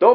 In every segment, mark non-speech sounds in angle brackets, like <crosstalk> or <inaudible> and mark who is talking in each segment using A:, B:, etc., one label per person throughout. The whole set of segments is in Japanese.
A: どう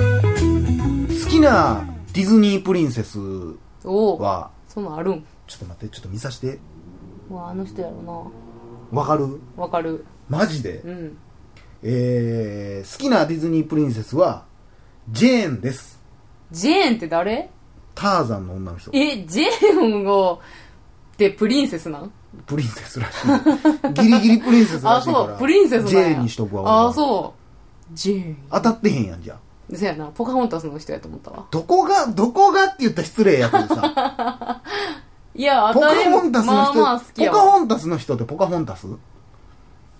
A: 好きなディズニープリンセス
B: おお、
A: は、
B: そんなんあるん。
A: ちょっと待って、ちょっと見さして。
B: うわ、あの人やろ
A: わかる
B: な。わかる。
A: マジで
B: うん。
A: えー、好きなディズニープリンセスは、ジェーンです。
B: ジェーンって誰
A: ターザンの女の人。
B: え、ジェーンを、ってプリンセスなん
A: プリンセスらしい。ギリギリプリンセスら
B: あ、
A: しいから。
B: そう、プリンセスなん
A: ジ
B: や
A: ェーンにしとくわ。俺は
B: あ、そう。ジェーン。
A: 当たってへんやんじゃあ
B: そやな、ポカホンタスの人やと思ったわ。
A: どこがどこがって言ったら失礼やけど
B: <laughs>
A: さ
B: いや、
A: ポカ
B: え
A: ホンタスの
B: まあ
A: 人、
B: まあ好き
A: ポ
B: や
A: カ
B: わ。
A: ホンタスの人ってポカホンタス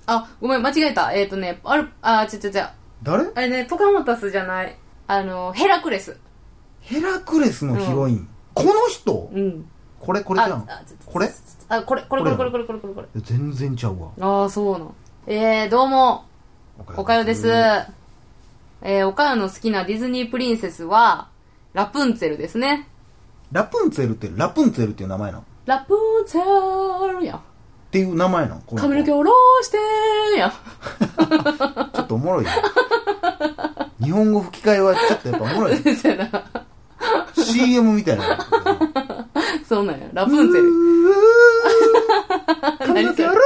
B: あ、ごめん、間違えた。えっ、とね、ある、あ、ちゃちゃちゃ。
A: 誰
B: あれね、ポカホンタスじゃない。あの、ヘラクレス。
A: ヘラクレスのヒロイン、この人
B: うん。
A: これこれじゃん
B: ああちょ
A: これ
B: あ、これ、これ、これ、これ、これ、これ、これ。これ
A: 全然ちゃうわ
B: ああ、そうなん。えー、どうも、おかよです。えー、おかよの好きなディズニープリンセスは、ラプンツェルですね。
A: ラプンツェルってラプンツェルっていう名前なのっ
B: ラプンツェルやん。
A: ていう名前なのこの子
B: 髪の毛下ろしてーやん。
A: ちょっとおもろいよ日本語吹き替えはちょっとやっぱおもろい
B: <laughs>
A: よ
B: そうやな
A: CM みたいな
B: そうなんや。ラプンツェル。 <laughs>
A: 髪の毛下ろして
B: 下ろ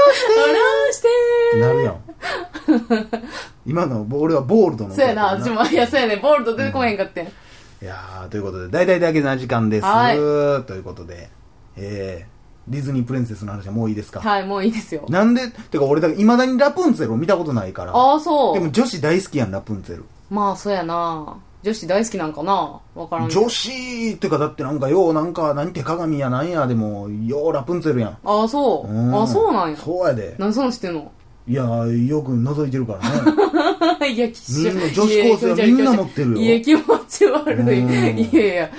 B: してー
A: なるやん <laughs> 今の俺はボールドの
B: そうやな、私も、いや、そうやね、ボールド出てこへんかってん。
A: いやーということで大々だけな時間です、
B: はい
A: ということでえー、ディズニープリンセスの話はもういいですか、
B: はい、もういいですよ。
A: なんでてか俺だいまだにラプンツェルを見たことないから
B: ああ、そ
A: でも
B: う。
A: 女子大好きやんラプンツェル
B: まあ、そうやな。女子大好きなんかなわからんけど。
A: 女子ってかだってなんかようなんか何手鏡やなんやでもようラプンツェルやん
B: ああ、そうう。ああ、そうなんや。
A: そうやで
B: 何そのしてんの
A: いやーよく覗いてるからね <laughs>
B: <laughs> いや、きっしょ
A: みんな女子高生はみんな持ってるよ
B: いや、気持ち悪い。
A: うん
B: いやいや。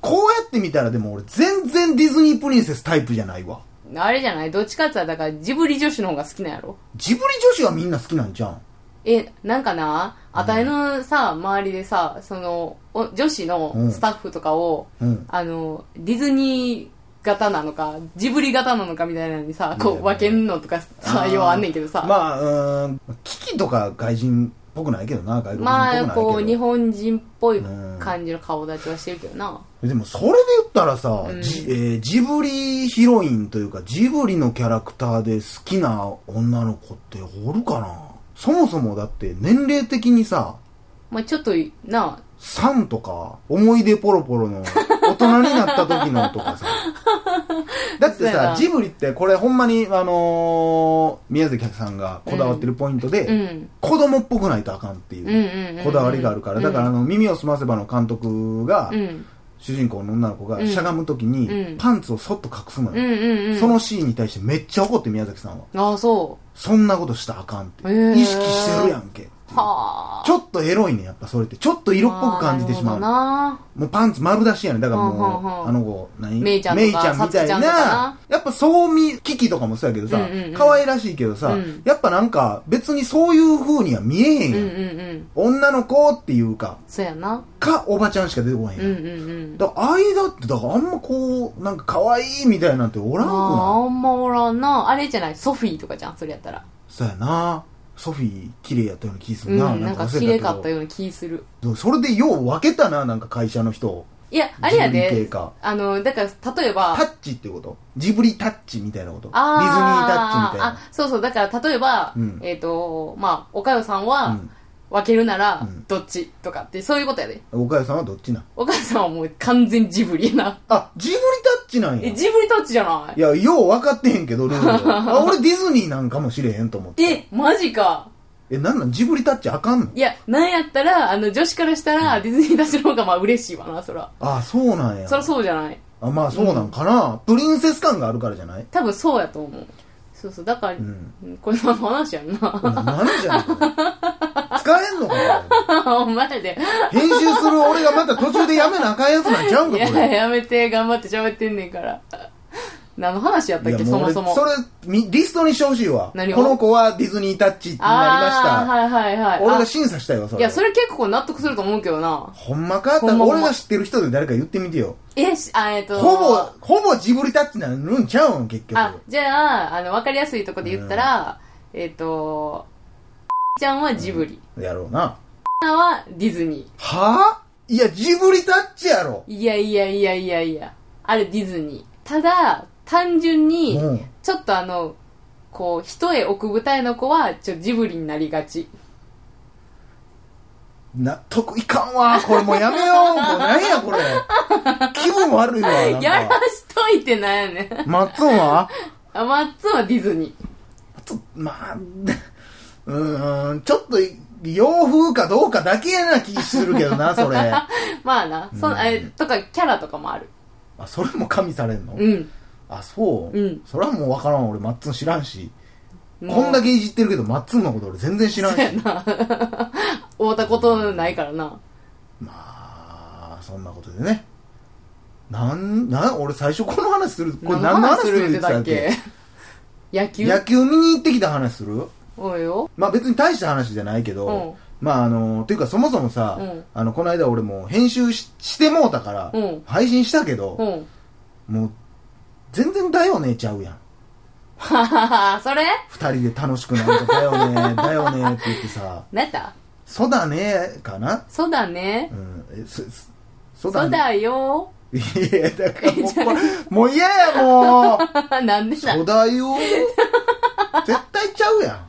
A: こうやって見たらでも俺全然ディズニープリンセスタイプじゃないわ
B: あれじゃないどっちかって言ったらだから、ジブリ女子の方が好きなんやろ。
A: ジブリ女子はみんな好きなんじゃん
B: え、なんかな、あたいのさ、周りでさ、その、お女子
A: うん
B: のスタッフとかを、
A: うん
B: あの、ディズニー型なのか、ジブリ型なのかみたいなのにさ、こ
A: ね
B: う、分けんのとかさ、ようあんねんけどさ。ま
A: ま
B: あ
A: あうーん危機とか外人っぽくないけどな外国人っぽくないけど、
B: こう、日本人っぽい
A: うん
B: 感じの顔立ちはしてるけどな。
A: でもそれで言ったらさ、
B: うん
A: ジえージブリヒロインというかジブリのキャラクターで好きな女の子っておるかなそもそもだって年齢的にさ
B: まあちょっと、な、
A: サンとか思い出ポロポ
B: <laughs>
A: ロの大人になった時のとかさだって
B: <laughs> そうや
A: さ
B: な
A: ジブリってこれほんまにあのー宮崎さんがこだわってるポイントで、
B: うん。
A: 子供っぽくないとあかんって
B: うんうん
A: いう
B: うんうん
A: こだわりがあるから、だからあ
B: うん
A: の、耳をすませばの監督が、
B: うん
A: 主人公の女の子が
B: うん
A: しゃがむときに
B: う、ん
A: パンツをそっと隠すの
B: う
A: よ。
B: んうんうん
A: そのシーンに対してめっちゃ怒って宮崎さんは。
B: ああそ
A: そんなことしたらあかんって。
B: へー
A: 意識してるやんけっていう。
B: うはあ
A: ちょっとエロいね、やっぱそれって。ちょっと色っぽく感じてしまう。
B: な
A: もうパンツ丸出しやねだからもう、
B: うんうんうん
A: あの子何
B: メイちゃんとか
A: メイちゃんみたい
B: サツキち
A: な
B: ゃ
A: ん
B: とかな
A: やっぱそう見キキとかもそうやけどさ、
B: うんうんうん
A: 可愛らしいけどさ、
B: うん
A: やっぱなんか別にそういう風には見えへん
B: るほ
A: やん、
B: どな
A: 女
B: うんうんうん
A: の子っていうか
B: そうやな
A: かおばちゃんしか出てこへん
B: う
A: や、
B: んうんんうん
A: だから間ってだからあんまこうなんか可愛いみたいなんておらんくない
B: あーあんまおらんなあれじゃないソフィーとかじゃんそれやったら
A: そうやなソフィー綺麗やったような気す
B: う
A: る
B: ん
A: な、
B: なんか
A: 忘れ
B: 綺麗かった
A: け
B: ような気する
A: どそれでよう分けたななんか会社の人
B: いやあれや
A: ジブリ系
B: で
A: か
B: あのだから例えば
A: タッチってことジブリタッチみたいなことディズニータッ
B: あ
A: チみたいな
B: あそうそうだから例えば、
A: うん
B: えっ、とまあおかよさん
A: う
B: は
A: ん
B: 分けるな
A: う
B: ら
A: ん
B: どっちとかってそういうことやで
A: 岡谷さんはどっちなん
B: おかよさんはもう完全ジブリやな
A: あ、ジブリタッチなんや。
B: え
A: い
B: ジブリタッチじゃない
A: や、よう分かってへんけど、ルール
B: <laughs>
A: を。あ、俺ディズニーなんかもしれへんと思って。
B: えマジか
A: え、なんなんジブリタッチあかんの
B: いや、なんやったら、あの、女子からしたら、ディズニー出しの方がまあ嬉しいわな、そら。
A: あ、そうなんや。
B: そらそうじゃない。
A: あまあそうなんかな、プリンセス感があるからじゃない
B: 多分そうやと思う。そうそう。だから、
A: うん
B: うんこれの話やん
A: <laughs>
B: な。
A: な何じゃんこれ使えんのかな
B: お前で。
A: 編集する俺がまた途中でやめなあかんやつなんちゃうん
B: い
A: か
B: や
A: これ、
B: やめて、頑張って喋ってんねんから。何の話やったっけ、
A: も
B: そ
A: う
B: も
A: 俺
B: そも。
A: それみリストにしてほしいわ
B: 何を
A: この子はディズニータッチになりました、
B: あーはいはいはい。
A: 俺が
B: あ
A: 審査したいわそれ
B: いや、それ結構納得すると思うけどな。
A: ほんまか
B: ほんまほんま
A: 俺が知ってる人で誰か言ってみてよ
B: え、しあ、えっと。
A: ほぼほぼジブリタッチなるんちゃうん結局
B: あ、じゃあ、あの、わかりやすいとこで言ったら、えっ、と、ちゃんはジブリ。
A: やろうな
B: ちゃんはディズニ
A: はあいやジブリタッチやろ
B: ー。いやいやいやいやいや。あれディズニー。ただ、単純に
A: うん、
B: ちょっとあの、こう、一重奥舞台の子は、ちょ、ジブリになりがち。
A: 納得いかんわこれもうやめようもうなんやこれ気分悪いわなん
B: <laughs> やら
A: か
B: しといてなんやねん。 <laughs>
A: マッツンは
B: あ、マッツンはディズニー。 <laughs>
A: ちょっとまあ <laughs> うーんちょっと洋風かどうかだけやな気するけど <laughs> なそれあ
B: まあな、そん、あれ、とか、キャラとかもある。
A: それも加味されんの、
B: うん。
A: あそう、
B: うん
A: それはもう分からん俺マッツン知らんし
B: もう
A: こんだけいじってるけど、マッツンのこと俺全然知らんし。
B: <laughs> 会うたことないからな。
A: まあ、そんなことでね。なん、なん、俺最初この話する、これ何
B: 何
A: の
B: の話
A: 話す
B: する
A: る言
B: 言っ
A: ってて
B: た
A: た
B: っ
A: っ
B: け
A: け
B: 野球
A: 野球見に行ってきた話する
B: おうよ。
A: まあ別に大した話じゃないけど、
B: うん
A: まああの、っていうかそもそもさ、
B: うん
A: あの、この間俺もう編集ししてもうたから、
B: うん
A: 配信したけ
B: う
A: ど、
B: ん。 <laughs>
A: もう、全然だよねちゃうやん。
B: ははは、それ
A: 二人で楽しくなんかだよ
B: <laughs>
A: ね、だよねって言ってさ、
B: 何やった
A: そだねかな
B: そうだね
A: う。ん、え、そ、そ
B: そ
A: そう
B: だよ。 <laughs>
A: いや、だからもうこれ、もう嫌や、
B: <laughs>
A: もう。
B: なんでだ
A: 初代を、絶対ちゃうやん。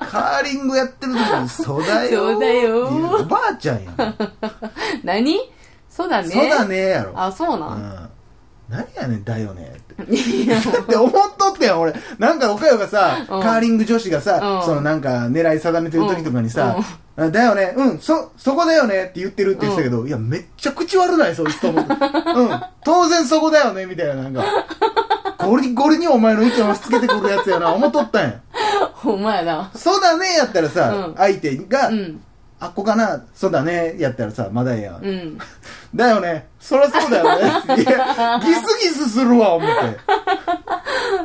A: カーリングやってる時に、そうだよ。
B: そうだよ
A: っていうおばあちゃんやん。
B: 何そうだね。
A: そうだ。ねやろ。
B: あ、そう
A: う
B: なん。
A: ん。何やねん、だよねって。
B: いや、
A: だって思っとってやん、俺。なんか、岡山がさ、
B: うん
A: カーリング女子がさ、
B: うん
A: そのなんか、狙い定めてる時とかにさ、あだよね、うん、そ、そこだよねって言ってるって言ってたけど、いや、めっちゃ口悪ない、そいつと思って。うん、当然そこだよね、みたいな、なんか。ゴリゴリにお前の意見押し付けてくるやつやな、思っとったんや。
B: ほんまやな。
A: そうだね、やったらさ、
B: うん
A: 相手が、
B: うん。
A: あっこかな、そうだね、やったらさ、まだええやん。
B: うん。
A: だよね、そりゃそうだよ
B: <laughs>
A: ね。いや、ギスギスするわ、思って。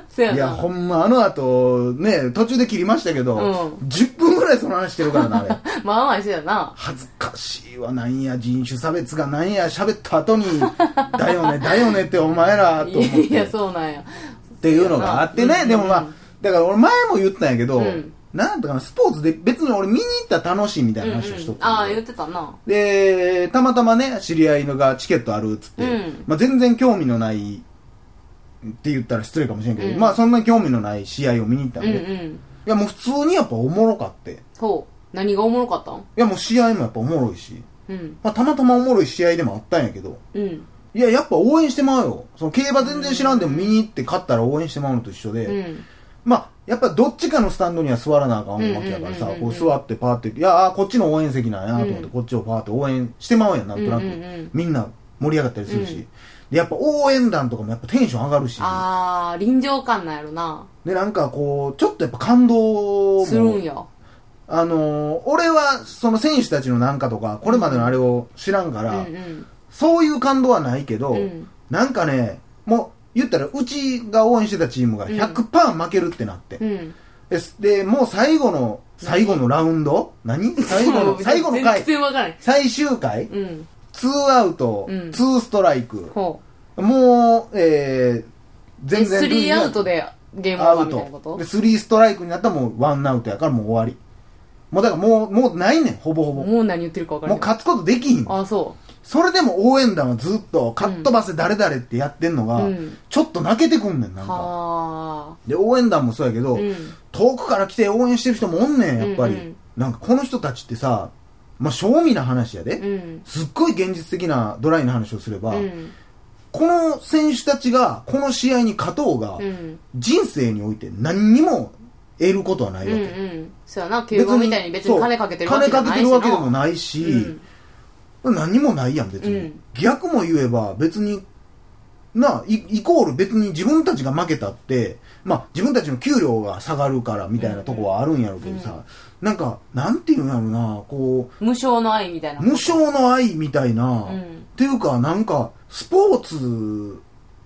B: そうや <laughs>
A: いや、
B: な。
A: ほんま、あの後、ね、途中で切りましたけど、
B: う
A: 10分ぐらいその話してるからな、あ
B: <laughs>
A: れ。
B: まあまあしてたな。
A: 恥ずかしいわ、なんや、人種差別がなんや、喋った後に、だよね、だよねってお前ら、と思っ
B: い
A: て。
B: や、
A: っ
B: そうなんや。
A: ていうのがあってね、
B: うん
A: でもまあ、だから俺前も言ったんやけど、
B: うん
A: なんとかな、スポーツで別に俺見に行ったら楽しいみた
B: う
A: い
B: んう
A: なん話をしとっ。たん
B: あ
A: だ
B: あ、
A: けど
B: 言ってたな。
A: で、たまたまね、知り合いのがチケットあるっつって、
B: うん
A: まあ、全然興味のないって言ったら失礼かもしれんけど、
B: うん
A: まあそんなに興味のない試合を見に行った
B: うんん
A: で、
B: うん。
A: いやもう普通にやっぱおもろかって。い
B: ほう。何がおもろかったん
A: やもう試合もやっぱおもろいし。
B: うん。
A: まあたまたまおもろい試合でもあったんやけど。
B: うん。
A: いややっぱ応援してまうよ。その競馬全然知らんでも見に行って勝ったら応援してまうのと一緒で。
B: うん。
A: まあやっぱどっちかのスタンドには座らなあかんわけやからさ、
B: うんうんうんうん
A: こう座ってパーって、いやあこっちの応援席なんやなと思って、
B: うん
A: こっちをパーって応援してまうやん、なんとなく。
B: うんうんうん
A: みんな盛り上がったりするし。
B: うん
A: でやっぱ応援団とかもやっぱテンション上がるし。
B: ああ、臨場感なんやろな。
A: でなんかこう、ちょっとやっぱ感動も
B: するんや。
A: あのー俺はその選手たちのなんかとかこれまでのあれを知らんか
B: うんう
A: ら、
B: ん。
A: そういう感動はないけど、
B: うん
A: なんかねもう言ったらうちが応援してたチームが
B: うん
A: 100%負けるってなって、
B: うん。
A: ですでもう最後の最後のラウンド何
B: <laughs>
A: 最後
B: も
A: の
B: う
A: 最後の回
B: 全然わからない。
A: 最終回
B: うん。
A: ツーアウト、
B: うん
A: ツーストライク
B: ほ
A: もう、えー、
B: う。
A: 全
B: で、
A: 然
B: スリーアウトでゲームオーバーみたいなこ
A: アウト
B: と
A: で、スリーストライクになったらもうワンアウトやからもう終わり。もうだからもう、もうないねん、ほぼほぼ。
B: もう何言ってるかわから
A: も
B: な
A: う
B: い。
A: 勝つことできひん。
B: あ、そ
A: それでも応援団はずっと、カットバス誰々ってやってんのが、
B: うん
A: ちょっと泣けてくんねん、
B: う。
A: なんか。
B: は
A: で、応援団もそうやけど、
B: あ。うん。
A: 遠くから来て応援してる人もおんねん、やっぱり。
B: うんうん
A: なんかこの人たちってさ、まあ、正味な話やで。
B: うん。
A: すっごい現実的なドライな話をすれば、
B: うん。
A: この選手たちが、この試合に勝とうが、
B: うん。
A: 人生において何にも得ることはない
B: うん。う
A: わけ。
B: ん。そうやな、競馬みたいに別に金かけてるわけ
A: そう
B: じゃ
A: 金かけ
B: ない
A: て
B: し
A: る
B: な。
A: わけでもないし、何もないやん別に、
B: うん
A: 逆も言えば別になあイイコール別に自分たちが負けたって、まあ、自分たちの給料が下がるからみたいなとこはあるんやろうけどさ、なんかなんていうんやろなこ
B: 無償の愛みたいな
A: う無償の愛みたいな、
B: うん
A: っていうかなんかスポーツ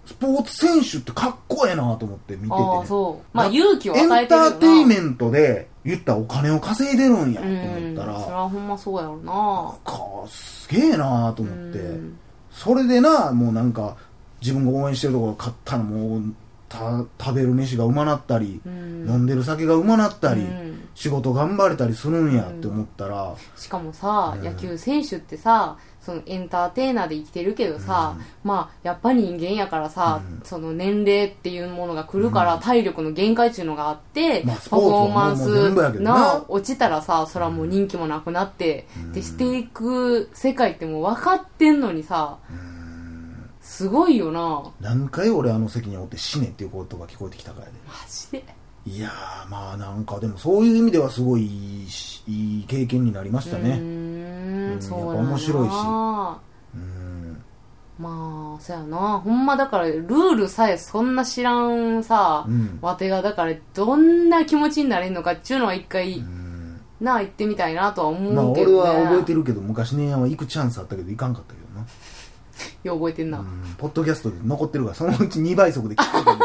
A: スポーツ選手ってかっこええなと思って見ててね、
B: ああそうまあ勇気を与
A: エ
B: え
A: ン
B: てるよ
A: タ
B: な
A: ーテイメントで言ったらお金を稼いでるんやと
B: う
A: 思
B: ん
A: ったら、
B: それはほんまそうやろうな
A: かすげえなと
B: う
A: 思って、
B: ん
A: それでなもうなんか自分が応援してるところ買ったらもうた食べる飯がうまなったり、
B: うん
A: 飲んでる酒がうまなったり、
B: うん
A: 仕事頑張れたりするんやって思ったら、
B: しかもさ、
A: うん
B: 野球選手ってさそのエンターテイナーで生きてるけどさ、まあやっぱり人間やからさ、
A: うん
B: その年齢っていうものが来るから、体力の限界っていうのがあって、
A: まあス
B: パ
A: ポーツ
B: フ
A: は
B: ォーマン
A: もう全部やけ
B: ス
A: どな
B: な落ちたらさそれはもう人気もなくなって、
A: ん
B: でしていく世界ってもう分かってんのにさ、すごいよな
A: 何回俺あの席におって死ねっていう言葉聞こえてきたからで
B: マジで
A: いやーまあなんかでもそういう意味ではすごいいいしいい経験になりました
B: う
A: ねう
B: ー
A: んん
B: そうや
A: やっ
B: な
A: ぱ面白いしうん
B: まあ、そうやな。ほんまだから、ルールさえそんな知らんさ、
A: うん
B: わてがだから、どんな気持ちになれんのかっていうのは一回、
A: うん
B: なあ、行ってみたいなとは
A: まあ
B: 思うけ
A: 俺
B: ど、ね。
A: は覚えてるけど昔ね行くチャンスあったけど行かんかったけどな
B: よう覚えてんな。
A: うんポッドキャストで残ってるからそのうち2倍速で聞くけど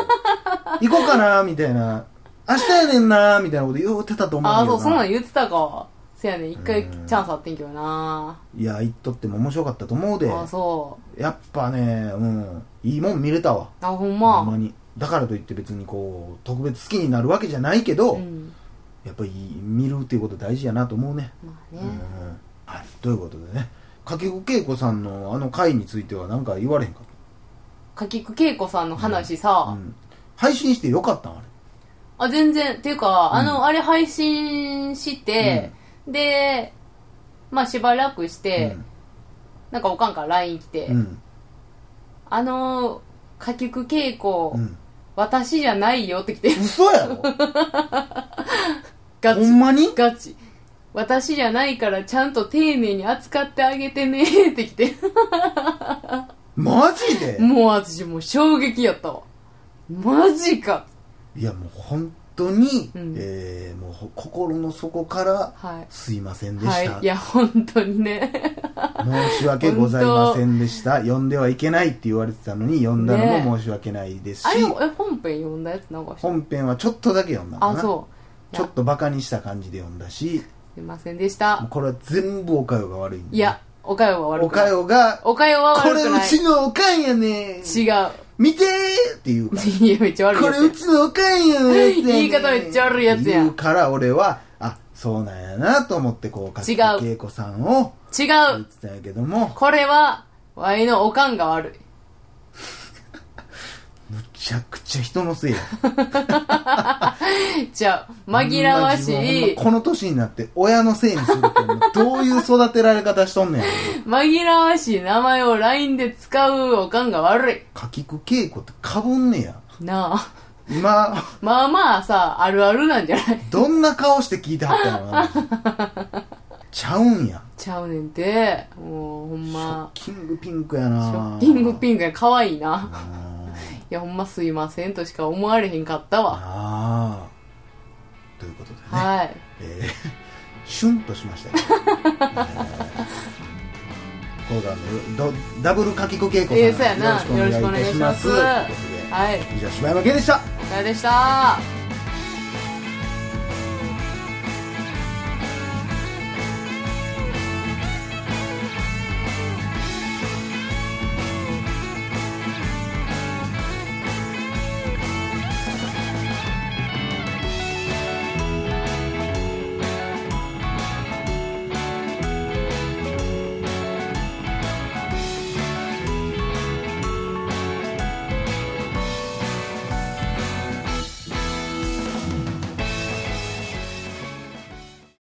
A: 行こうかなみたいな明日やねんなみたいなこと言うてたと思う
B: ああ、
A: け
B: そ
A: ど
B: う、そんなん
A: い
B: 言ってたか。せやね、一回チ
A: うん
B: ャンスあってんけどな。
A: や行っとっても面白かったと思うで
B: ああ、そう。
A: やっぱねうんいいもん見れたわ
B: あ、ほ
A: ほ
B: ん
A: んま
B: ま。
A: にだからといって別にこう特別好きになるわけじゃないけど、
B: うん。
A: やっぱり見るっていうこと大事やなと思うね
B: まあ
A: うん
B: ね。
A: はいということでね掛布恵子さんのあの回については何か言われへんかっ
B: かきくけいこさんの話
A: た、う
B: さ、
A: ん、配信してよかったんあれ
B: あ、全然、っていうか、あの、あれ配信して、で、まあしばらくして、なんかおかんから LINE 来て、
A: うんうん
B: あのー、歌曲稽
A: う
B: 古、
A: ん
B: 私じゃないよって来て、
A: 嘘やろ
B: ガ
A: ほ
B: チ、
A: んまに
B: ガチ。私じゃないからちゃんと丁寧に扱ってあげてね <laughs> って来て、
A: マジで
B: もう私もう衝撃やったわ。マジか。
A: いやもう本当に、
B: うん
A: えーもうほ心の底から
B: は
A: すいません
B: い。
A: で
B: は
A: し
B: い
A: た、。
B: いや、本当にね。
A: 申し訳ございませんでした呼んではいけないって言われてたのに呼んだのも申し訳ないですし
B: あ、れ、え本編読んだやつなんかして
A: 本編はちょっとだけ読んだのか
B: あ、
A: な
B: そう。い
A: ちょ
B: や
A: っとバカにした感じで読んだし
B: すいませんでし
A: もう
B: た。
A: これは全部おかよが悪いんだね
B: いや、おかよは悪
A: お
B: くな
A: か
B: い。
A: よが
B: おかよは
A: こ
B: 悪
A: れ
B: くな
A: う
B: い。
A: ちのおかんやね
B: 違う。 <laughs>
A: 見てーって言うから
B: いや、めっちゃ悪い
A: こ
B: や
A: れ
B: つ
A: うちのおかんやねん
B: 言い方めっちゃ悪いやつや
A: 言うから俺はあそうなんやなと思ってこう勝
B: 違う
A: 木恵子さんを
B: や。違
A: 言っ
B: う。
A: てたんやけども
B: これは、ワイのおかんが悪い。
A: むちゃくちゃ人のせいや
B: じゃあ、紛らわし
A: ほんま自分ほん
B: い
A: ま、この年になって親のせいにするってもうどういう育てられ方しとんねん
B: 紛らわしい名前を LINE で使うおかんが悪い。
A: 柿木恵子ってかぶんねや
B: なあ。
A: 今
B: まあまあさ、あるあるなんじゃない
A: どんな顔して聞いてはったのかなちゃうんや
B: ちゃうねんて。もう、ほん
A: ショッ
B: ま、
A: キングピンクや
B: シ
A: な
B: ョッキング
A: ンク
B: ピンクや可愛いな。いや、ほんますいませんとしか思われへんかったわ。
A: あーということでね、
B: はい。
A: えー、シュンとしましたよ、えー、今度はあのどダブルかきこ稽
B: え
A: 古
B: ー、そう
A: さ
B: や
A: ん、
B: な。よろしくお願いします。
A: という
B: は
A: こと
B: い。
A: で以上柴山健でした
B: お疲れでした。